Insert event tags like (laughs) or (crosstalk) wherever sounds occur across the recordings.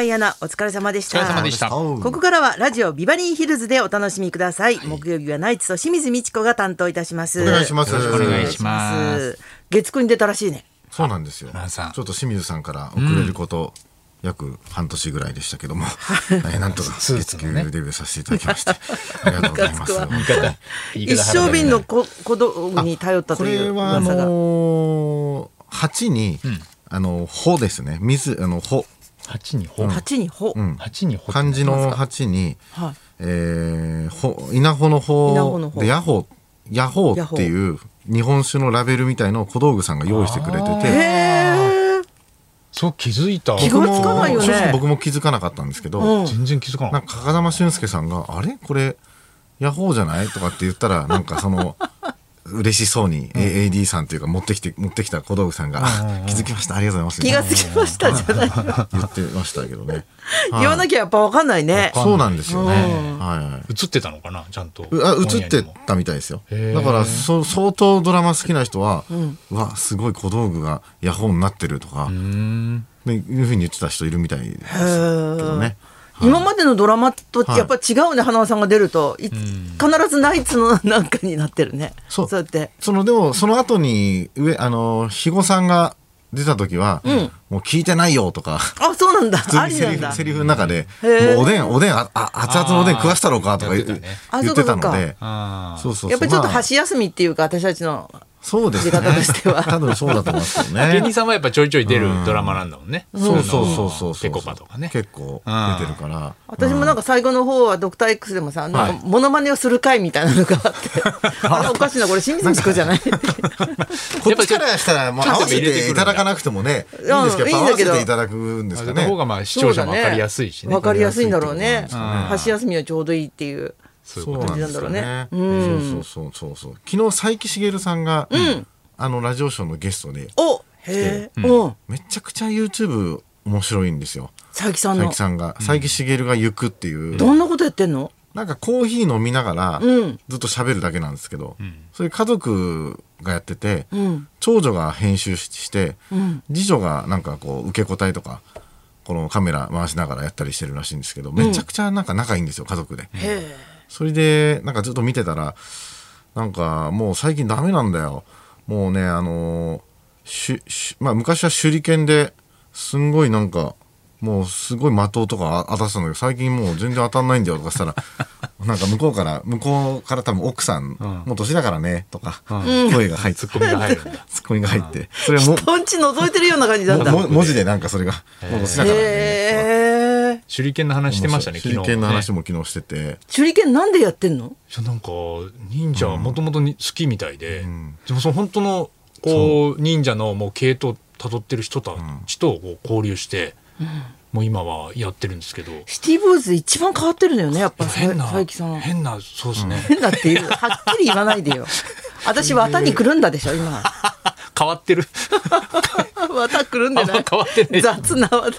井アナお疲れ様でしお疲れ様たでした。ここからはラジオビバリーヒルズでお楽しみください、木曜日はナイツと清水美智子が担当いたしますお願いします。よろしくお願いしお願ます。いします月9に出たらしいねそうなんですよ。ちょランさんっと清水さんから遅れること、約半年ぐらいでしたけども、えーなんとかスー月ツ給のデねビューさせていただきまして、ありがとうございます。ムカつく (laughs) 言い方言い方一生瓶のこ小道具に頼ったこといれうはあ噂が、のー、鉢に、あの穂ですね。水あの穂、八にほ鉢にほ、うん、八にほ漢字の鉢に、はいえー、ほ稲穂の稲穂の穂穂でヤホヤホーっていう日本酒のラベルみたいのを小道具さんが用意してくれてて。へーそう気づいた気が僕もつかないよね正直僕も気づかなかったんですけど、うん全然気づかなないんか風間俊介さんが「あれこれヤホーじゃない?」とかって言ったらなんかその嬉しそうに AD さんというか持ってきて持ってきた小道具さんがあ「気づきましたありがとうございます」気がつきましたじゃない言ってましたけどね言わなきゃやっぱわかんないねそうなんですよね、うんはいはい映ってたのかなちゃんとうあ映っ今夜てにもたみたいですよへーだからそ相当ドラマ好きな人は、うわすごい小道具がヤホーになってるとか、うーんねいうふうに言ってた人いるみたいですけどね今までのドラマとやっぱ違うね、花輪さんが出るとい必ずナイツのなんかになってるねそうやってそのでもその後に上あの肥後さんが出た時は、もう聞いてない (laughs) よとかあそうなんだ普通あにりセなリんフだセリフの中で「もへーうおでんおでんああ熱々のおでん食わしたろうか」とか言あー言やっっててたね言ってたのであそうそうそうやっぱりちょっとまあ箸休みっていうか私たちのそうですね出方としては多分そうだと思いますよ (laughs) あ芸人ねさんはやっぱちょいちょい出るドラマなんだもんねそうそうそうそうそうペコパとかね結構うん出てるから私もなんか最後の方はドクター X でもさ、なんかモノマネをする会みたいなのがあって、あれおかしいな、これ清水美智子じゃないこっちからしたらもう合わせていただかなくてもねいいんですけどうんやっぱ合わいいんだけせどていただくんですかあのね方がまあ視聴者も分かりやすいしねわかりやすいんだろうね。う箸休みはちょうどいいっていう。そういうそうことなんねですよね。うそんうそうそうそうそう。昨日佐伯茂さんが、あのラジオショーのゲストでおへえ、うん。めちゃくちゃ YouTube 面白いんですよ。佐伯さん佐の伯。さんが佐伯茂が行くっていう、どんなことやってんのなんかコーヒー飲みながら、うんずっと喋るだけなんですけど、それ家族がやってて、うん。長女が編集しして、ん次女がなんかこう受け答えとかこのカメラ回しながらやったりしてるらしいんですけどめちゃくちゃなんか仲いいんですよ、家族で。へえ。それでなんかずっと見てたらなんかもう最近ダメなんだよもうねあのーしゅしまあ、昔は手裏剣ですんごいなんかもうすごい的とかあ当たってたんだけど最近もう全然当たんないんだよとかしたら (laughs) なんか向こうから向こうから多分奥さん、もう年だからねとか、声が入ってツッコミが入るんだツッコミが入ってそれはもトンチ覗いてるような感じなんだ。もも文字でなんかそれがもう年だからねへえ。手裏剣の話してましたね昨手日裏剣の話ねも昨日してて、手裏剣なんでやってんのいやなんか忍者はもともと好きみたいででもその本当のこう忍者のもう系統たどってる人たちとこう交流してもう今はやってるんですけどシティボーイズで一番変わってるのよね、やっぱ佐変な佐伯さん。変なそうですね変だっていう、はっきり言わないでよ。私、綿にくるんだでしょ、今。変わってる (laughs) 綿くるんでなあんいま。変わってない雑な綿。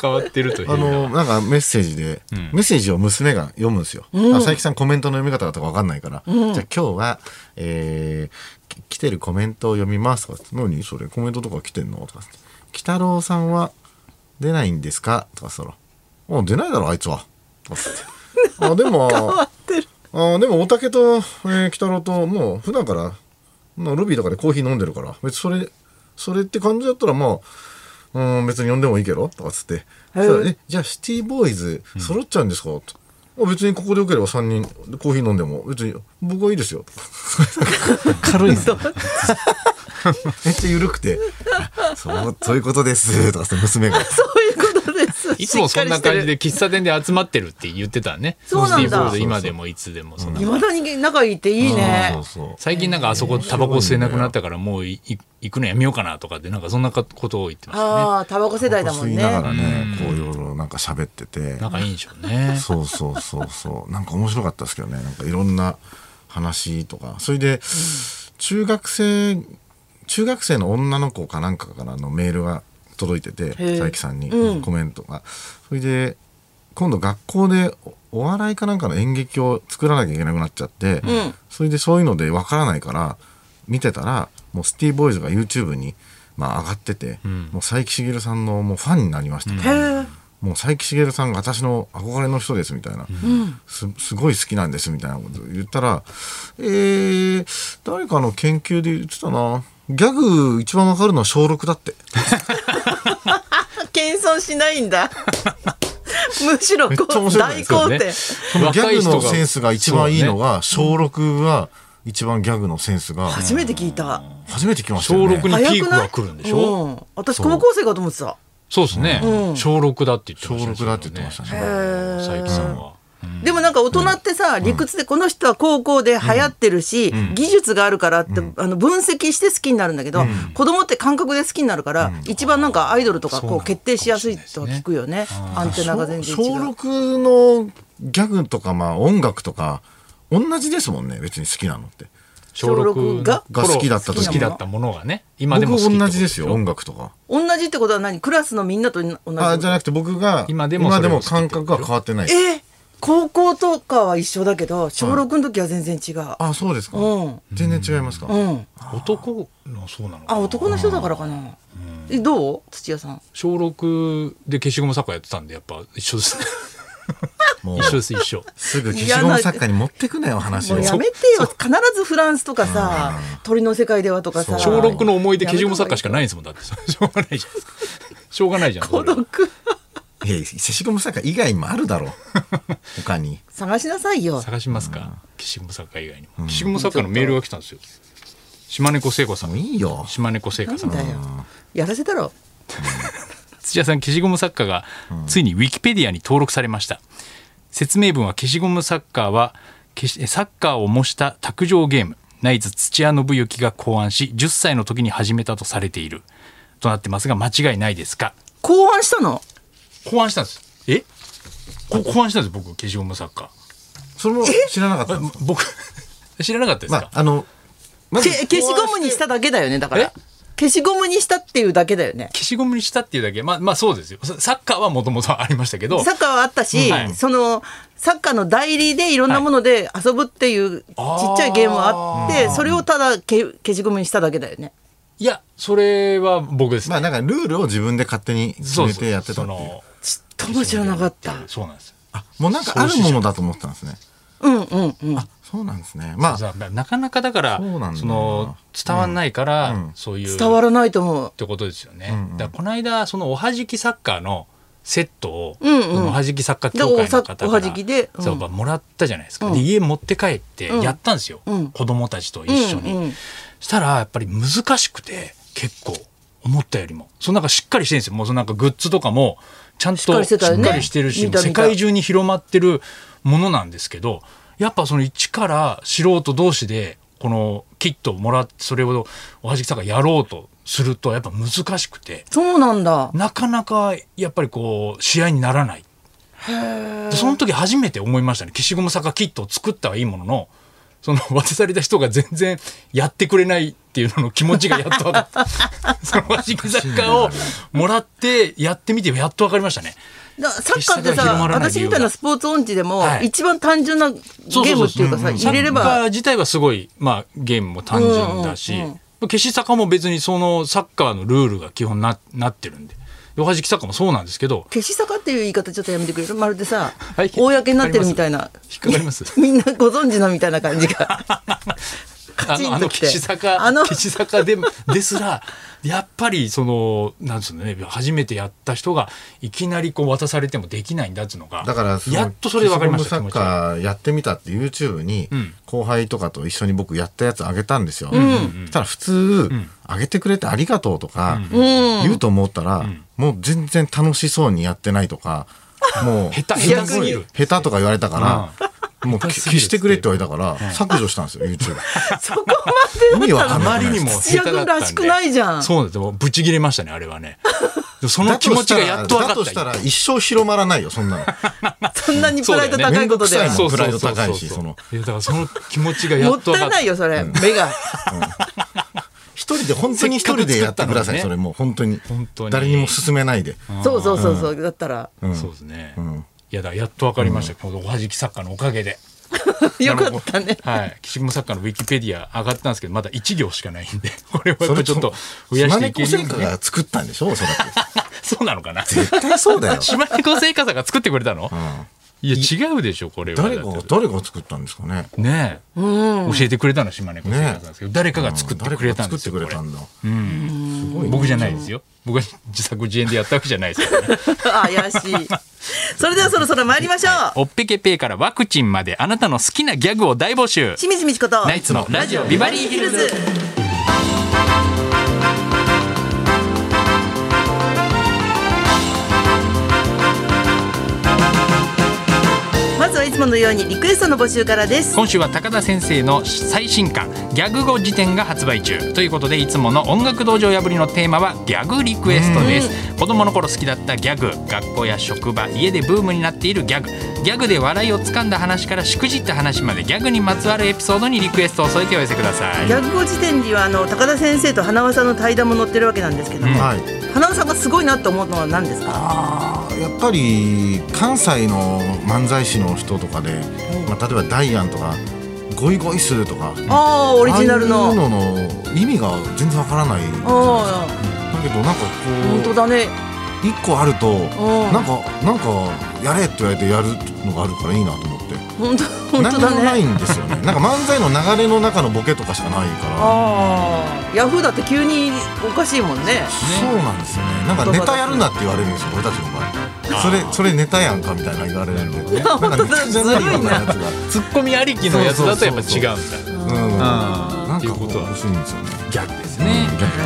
変わってるというあのなんかメッセージで、メッセージを娘が読むんですよ。あ佐伯さんコメントの読み方だとかわかんないから、じゃあ今日は、えーき来てるコメントを読みますとかって何それコメントとか来てんのとかって「鬼太郎さんは出ないんですか?」とかそら「あ出ないだろあいつは」とかって「あで (laughs) もあでもおたけと、えー、鬼太郎ともう普段からのロビーとかでコーヒー飲んでるから別にそれそれって感じだったらまあうん別に呼んでもいいけどとかっつってそしたらえじゃあシティボーイズ揃っちゃうんですか、とあ別にここでよければ3人でコーヒー飲んでも別に僕はいいです (laughs) よ軽いんですよめっちゃ緩くて (laughs) あそうそういうことですとかって娘がそういうことです。いつもそんなしっ感じかりしてる。で喫茶店で集まってるって言ってたね。そうなんだスティーブボーイズ今でもいつでもそんな。いまだに仲いいっていいねそう。そう最近なんかあそこタバコ吸えなくなったからもういい行くのやめようかなとかってなんかそんなことを言ってましたね。ああ、タバコ世代だも吸んいね。ながらねこういろいろなんか喋ってて仲いいんでしょうね。そうそうそうそうなんか面白かったですけどねなんかいろんな話とかそれで、中学生中学生の女の子かなんかからのメールが届いててえ佐伯さんにうんコメントが、それで今度学校でおお笑いかなんかの演劇を作らなきゃいけなくなっちゃって、んそれでそういうのでわからないから見てたらもうシティボーイズが YouTube に、まあ、上がってて、もう佐伯茂さんのもうファンになりました、へえ。もう佐伯茂さんが私の憧れの人ですみたいな、すすごい好きなんですみたいなこと言ったらえー、誰かの研究で言ってたなギャグ一番わかるのは小6だって謙遜しないん (laughs) だむしろめっこちゃ面う白い大ですよ肯定ねそのギャグのセンスが一番いいのがが、小6は一番ギャグのセンスが初めて聞いた初めて来ました小よね6にピークが来るんでしょ、うん、私高校生かと思ってたそうですね、うん小6だって言って小ましたね6だって言ってましたねへー佐伯さんは、でもなんか大人ってさ、理屈でこの人は高校で流行ってるし、技術があるからって、あの分析して好きになるんだけど、子供って感覚で好きになるから、一番なんかアイドルとかそうこなうの決定しやすいとは聞くよねアンテナが全然違う小6のギャグとか、まあ、音楽とか同じですもんね別に好きなのって小六がが好きだった時好きだったものがね今で僕も好きってこと同じですよ音楽とか同じってことは何クラスのみんなと同じあじゃなくて僕が今でもそれを好きって感覚が変わってないえー高校とかは一緒だけど小6の時は全然違う、あそうですか、うん全然違いますか、うん男のそうなのかあな男の人だからかなえどう土屋さん小6で消しゴムサッカーやってたんでやっぱ一緒ですねもう一緒です一緒すぐ消しゴム作家に持ってくなよ話もをうやめてよ必ずフランスとかさ鳥の世界ではとかさ小六6の思い出消しゴムサッカーしかないんですもんだってしょうがないじゃんしょうがないじゃんそ孤れは独いや消しゴム作家以外もある (laughs) だろう他に探しなさいよ探しますか消しゴムサッカー以外にも消しゴムサッカーのメールが来たんですよ島猫聖子さもうんいいよ島猫聖子さなんんだよやらせたろ土屋さん消しゴム作家がついにウィキペディアに登録されました、説明文は消しゴムサッカーは消しサッカーを模した卓上ゲームナイツ土屋信之が考案し10歳の時に始めたとされているとなってますが間違いないですか考案したの考案したんですえこ考案したんです僕消しゴムサッカそれも知らなかったんですかー僕 (laughs) 知らなかったですまか、ああのまずけ消しゴムにしただけだよねだからえ消しゴムにしたっていうだけだよね消しゴムにしたっていうだけまあまあそうですよササッカーはもともとありましたけどサッカーはあったし、はいそのサッカーの代理でいろんなもので遊ぶっていうちっちゃいゲームはあってそれをただけ消しゴムにしただけだよねいやそれは僕です、まあなんかルールを自分で勝手に決そうでめすてやってたっていうそのちっとも知らなかったそうなんですあもうなんかあるものだと思ってたんですねうんうんうんあそうなんですねまあさなかなかだからそうなんだよなその伝わんないから、うんそういう伝わっらないと思うてことですよね、んうんだからこの間そのおはじきサッカーのセットを、うんうんそのおはじきサッカー協会の方からでおはじきでうんそうまあもらったじゃないですか、うんで家持って帰ってやったんですよ、うん子供たちと一緒に、うんうんしたらやっぱり難しくて結構思ったよりもそのなんかしっかりしてるんですよもうそのなんかグッズとかもちゃんとしっかりしてたよねしっかりしてるし見た見た世界中に広まってるものなんですけどやっぱその一から素人同士でこのキットをもらってそれをおはじきさんがやろうとするとやっぱ難しくてそうなんだなかなかやっぱりこう試合にならないでその時初めて思いましたね消しゴム坂キットを作ったはいいもののその (laughs) 渡された人が全然やってくれないっていうのの気持ちがやっと分かった (laughs) その和式サッカーをもらってやってみてやっと分かりましたねだサッカーって決してさ広まらない理私由みがたいなスポーツ音痴でも、はい一番単純なゲームっていうかさ入れれサッカーば自体はすごい、まあ、ゲームも単純だし、うんうんうん消し坂も別にそのサッカーのルールが基本ななってるんでおはじきサッカーもそうなんですけど消し坂っていう言い方ちょっとやめてくれるまるでさ、はい公になってるみたいな引っかかりますみんなご存知のみたいな感じ (laughs) がカあチの、あンのときて岸坂、あの岸坂で、ですら、やっぱり、その、なんですね、初めてやった人が、いきなりこう渡されてもできないんだっていうのが、だからのやっとそれ分かりました、消しゴム気サ持ちッがカーやってみたって YouTube にん後輩とかと一緒に僕やったやつあげたんですよ、そしたら普通あげてくれてありがとうとか言うと思ったらもう全然楽しそうにやってない (laughs) とかもう下手下手すぎる下手とか言われたからもう下手すぎる消してくれって言われたから削除したんです (laughs) よ YouTube そこま意で味だっわたかのんないじゃないですか土屋君らしくないじゃんそうなんですよ。ぶち切れましたね、あれはね。でもその気持ちがやっと分かった。だとしたらだとしたら一生広まらないよそ (laughs) んなのそんなにプライド高いことでそうだよねは面倒くさいもんプライド高いしそうそうそうそうそのいやだからその気持ちがやもっっと分たかいないったよそれ目が一人で本当に一人でやってくださいせっかく作ったのにねそれもう本当に本当に誰にも勧めないでそうそうそうそうだったらそうですね。いやだからやっと分かりました、このおはじき作家のおかげで。よかったね。はい。岸本作家のウィキペディア上がったんですけど、まだ1行しかないんで、 (laughs) これはやっぱちょっと増やしていける島よ根う子に製ね菓が作ったんでしょおそらく。そうなのかな絶対そうだよ。島根子製菓さんが作ってくれたのうんいや、違うでしょ、これは。誰だがって誰が作ったんですかね。ねえうん。教えてくれたのは島根子製菓さんですけど、誰かが作ってくれたんです作ってよ。くれたこんだ。れうんすごいね僕じゃないですよ。僕は自作自演でやったわけじゃないですからね。 (laughs) 怪しい。それではそろそろ参りましょう。おっぺけぺーからワクチンまであなたの好きなギャグを大募集。清水美智子と。ナイツのラジオビバリーヒルズ。まずはいつものようにリクエストの募集からです。今週は高田先生の最新刊ギャグ語辞典が発売中ということでいつもの音楽道場破りのテーマはギャグリクエストです子供の頃好きだったギャグ学校や職場家でブームになっているギャグギャグで笑いをつかんだ話からしくじった話までギャグにまつわるエピソードにリクエストを添えてお寄せくださいギャグ語辞典にはあの高田先生と花輪さんの対談も載ってるわけなんですけども、うんはい。花輪さんがすごいなと思うのは何ですか。あーやっぱり関西の漫才師の人とかで、まあ、例えばダイアンとかゴイゴイスーとかああオリジナルああいうの。のの意味が全然わからないじゃないですかあだけどなんかあ本こ当だね。う一個あるとうんなんかなんかやれって言われてやるのがあるからいいなと思って本当本何当にもなだいね。んですよねなんか漫才の流れの中のボケとかしかないからああヤフーだって急におかしいもんね。そうなんですよねなんかネタやるなって言われるんですよ俺たちの場合それそれネタやんかみたいな言われるん (laughs) でなんかネタじゃないようなやつが。ツッコミありきのやつだとやっぱ違うんだうん、なんかこう欲しいんですよね。ギャグですね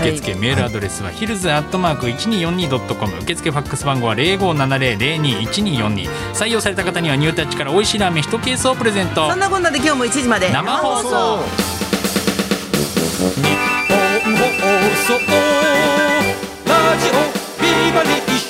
はい受付メールアドレスはヒルズアットマーク 1242.com 受付ファックス番号は0570021242採用された方にはニュータッチから美味しいラーメン1ケースをプレゼントそんなこんなで今日も1時まで生放送日本放送ラジオビバリー